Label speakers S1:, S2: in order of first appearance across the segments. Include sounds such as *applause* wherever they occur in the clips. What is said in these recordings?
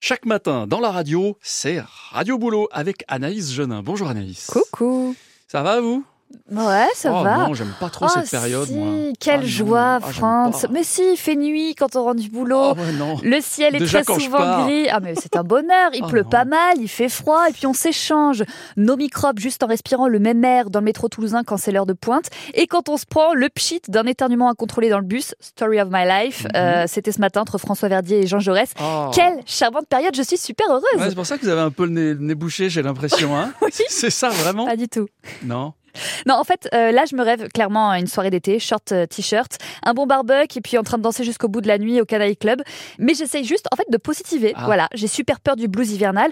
S1: Chaque matin, dans la radio, c'est Radio Boulot avec Anaïs Genin. Bonjour Anaïs.
S2: Coucou.
S1: Ça va vous
S2: Ouais, ça
S1: oh,
S2: va.
S1: Non, j'aime pas trop
S2: Oh,
S1: cette période.
S2: si,
S1: moi. Ah,
S2: Quelle
S1: non,
S2: joie,
S1: ah, j'aime
S2: France.
S1: pas.
S2: Mais si, il fait nuit quand on rentre du boulot.
S1: Ah ouais, non.
S2: Oh. Le ciel est
S1: Déjà, quand
S2: très
S1: je
S2: souvent
S1: pars.
S2: gris. Ah mais c'est un bonheur. Il
S1: *laughs* Oh
S2: pleut
S1: non.
S2: pas mal, il fait froid et puis on s'échange nos microbes juste en respirant le même air dans le métro toulousain quand c'est l'heure de pointe et quand on se prend le pchit d'un éternuement incontrôlé dans le bus. Story of my life.
S1: Mhm.
S2: Euh, C'était ce matin entre François Verdier et Jean Jaurès.
S1: Ah.
S2: Quelle charmante période. Je suis super
S1: Ouais,
S2: heureuse.
S1: c'est pour ça que vous avez un peu le nez, le nez bouché, j'ai l'impression.
S2: *laughs*
S1: Hein C'est ça vraiment
S2: Pas du tout.
S1: Non.
S2: Non, en fait, euh, là, je me rêve clairement à une soirée d'été, short euh, t-shirt, un bon barbecue et puis en train de danser jusqu'au bout de la nuit au Canaille Club. Mais j'essaye juste, en fait, de positiver.
S1: Ah.
S2: Voilà, j'ai super peur du blues hivernal.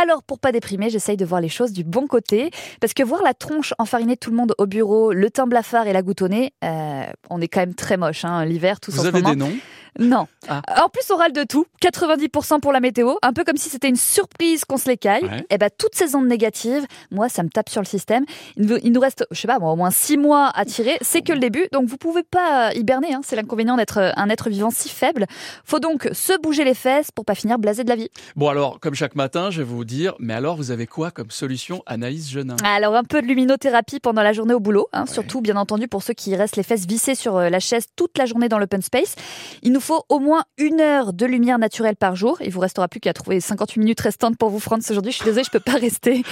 S2: Alors, pour pas déprimer, j'essaye de voir les choses du bon côté. Parce que voir la tronche enfariner tout le monde au bureau, le teint blafard et la goutonnée, euh, on est quand même très moche, hein, l'hiver, tout
S1: vous
S2: en ce
S1: avez
S2: moment.
S1: des noms
S2: Non.
S1: Ah.
S2: En plus, on râle de tout. 90% pour la météo. Un peu comme si c'était une surprise qu'on se les caille.
S1: Ouais.
S2: Et ben, toutes ces ondes négatives, moi, ça me tape sur le système. Il nous, il nous reste, je sais pas, moi, au moins 6 mois à tirer. C'est que le début. Donc, vous pouvez pas euh, hiberner. hein. C'est l'inconvénient d'être euh, un être vivant si faible. Faut donc se bouger les fesses pour pas finir blasé de la vie.
S1: Bon alors, comme chaque matin, je vais vous dire, mais alors vous avez quoi comme solution, Anaïs Genin
S2: Alors, un peu de luminothérapie pendant la journée au boulot, hein, surtout bien entendu pour ceux qui restent les fesses vissées sur euh, la chaise toute la journée dans l'open space. Il nous faut au moins une heure de lumière naturelle par jour. Il vous restera plus qu'à trouver 58 minutes restantes pour vous France aujourd'hui. Je suis désolée, je peux pas *laughs* rester.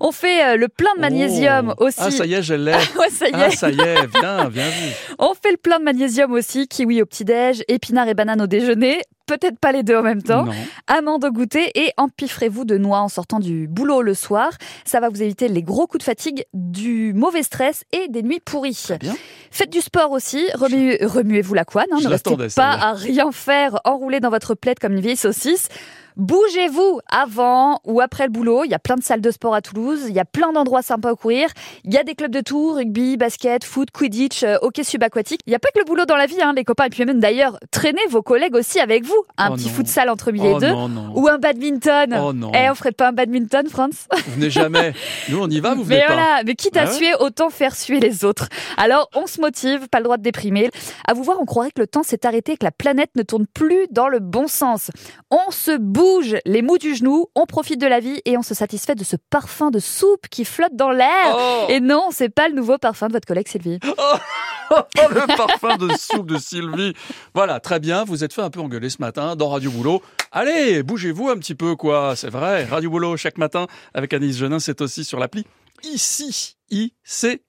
S2: On fait euh, le plein de magnésium
S1: Oh.
S2: aussi.
S1: Ah ça y est, je l'ai.
S2: *laughs* Ouais, ça y
S1: Ah
S2: est.
S1: ça y est, bien, bien
S2: *laughs*
S1: vu.
S2: On fait le plein de magnésium aussi, kiwi au petit-déj, épinards et bananes au déjeuner. Peut-être pas les deux en même temps
S1: Non.
S2: amandes au goûter et empiffrez-vous de noix en sortant du boulot le soir. Ça va vous éviter les gros coups de fatigue, du mauvais stress et des nuits pourries.
S1: bien.
S2: Faites du sport aussi, remue- remuez-vous la couenne, hein,
S1: Je
S2: ne restez
S1: l'attendais,
S2: pas
S1: celle-là.
S2: à rien faire, enroulé dans votre plaid comme une vieille saucisse. Bougez-vous avant ou après le boulot. Il y a plein de salles de sport à Toulouse. Il y a plein d'endroits sympas où courir. Il y a des clubs de tour, rugby, basket, foot, quidditch, euh, hockey subaquatique. Il n'y a pas que le boulot dans la vie, hein, les copains. Et puis même d'ailleurs, traînez vos collègues aussi avec vous. Un
S1: Oh
S2: petit
S1: non.
S2: futsal entre mille
S1: Oh
S2: et deux.
S1: non, non.
S2: Ou un badminton
S1: Oh non.
S2: Eh, on ferait pas un badminton, France
S1: Venez
S2: *laughs*
S1: jamais. Nous on y va, vous venez
S2: Mais
S1: pas.
S2: voilà, mais quitte à
S1: Ah ouais
S2: suer, autant faire suer les autres. Alors, on se motive, pas le droit de déprimer. À vous voir, on croirait que le temps s'est arrêté et que la planète ne tourne plus dans le bon sens. On se bouge les mous du genou, on profite de la vie et on se satisfait de ce parfum de soupe qui flotte dans l'air.
S1: Oh,
S2: Et non, c'est pas le nouveau parfum de votre collègue Sylvie.
S1: *laughs* oh, le parfum de soupe de Sylvie. Voilà, très bien. Vous êtes fait un peu engueuler ce matin dans Radio Boulot. Allez, bougez-vous un petit peu, quoi. C'est vrai. Radio Boulot chaque matin avec Anaïs Genin, c'est aussi sur l'appli ici, ICI.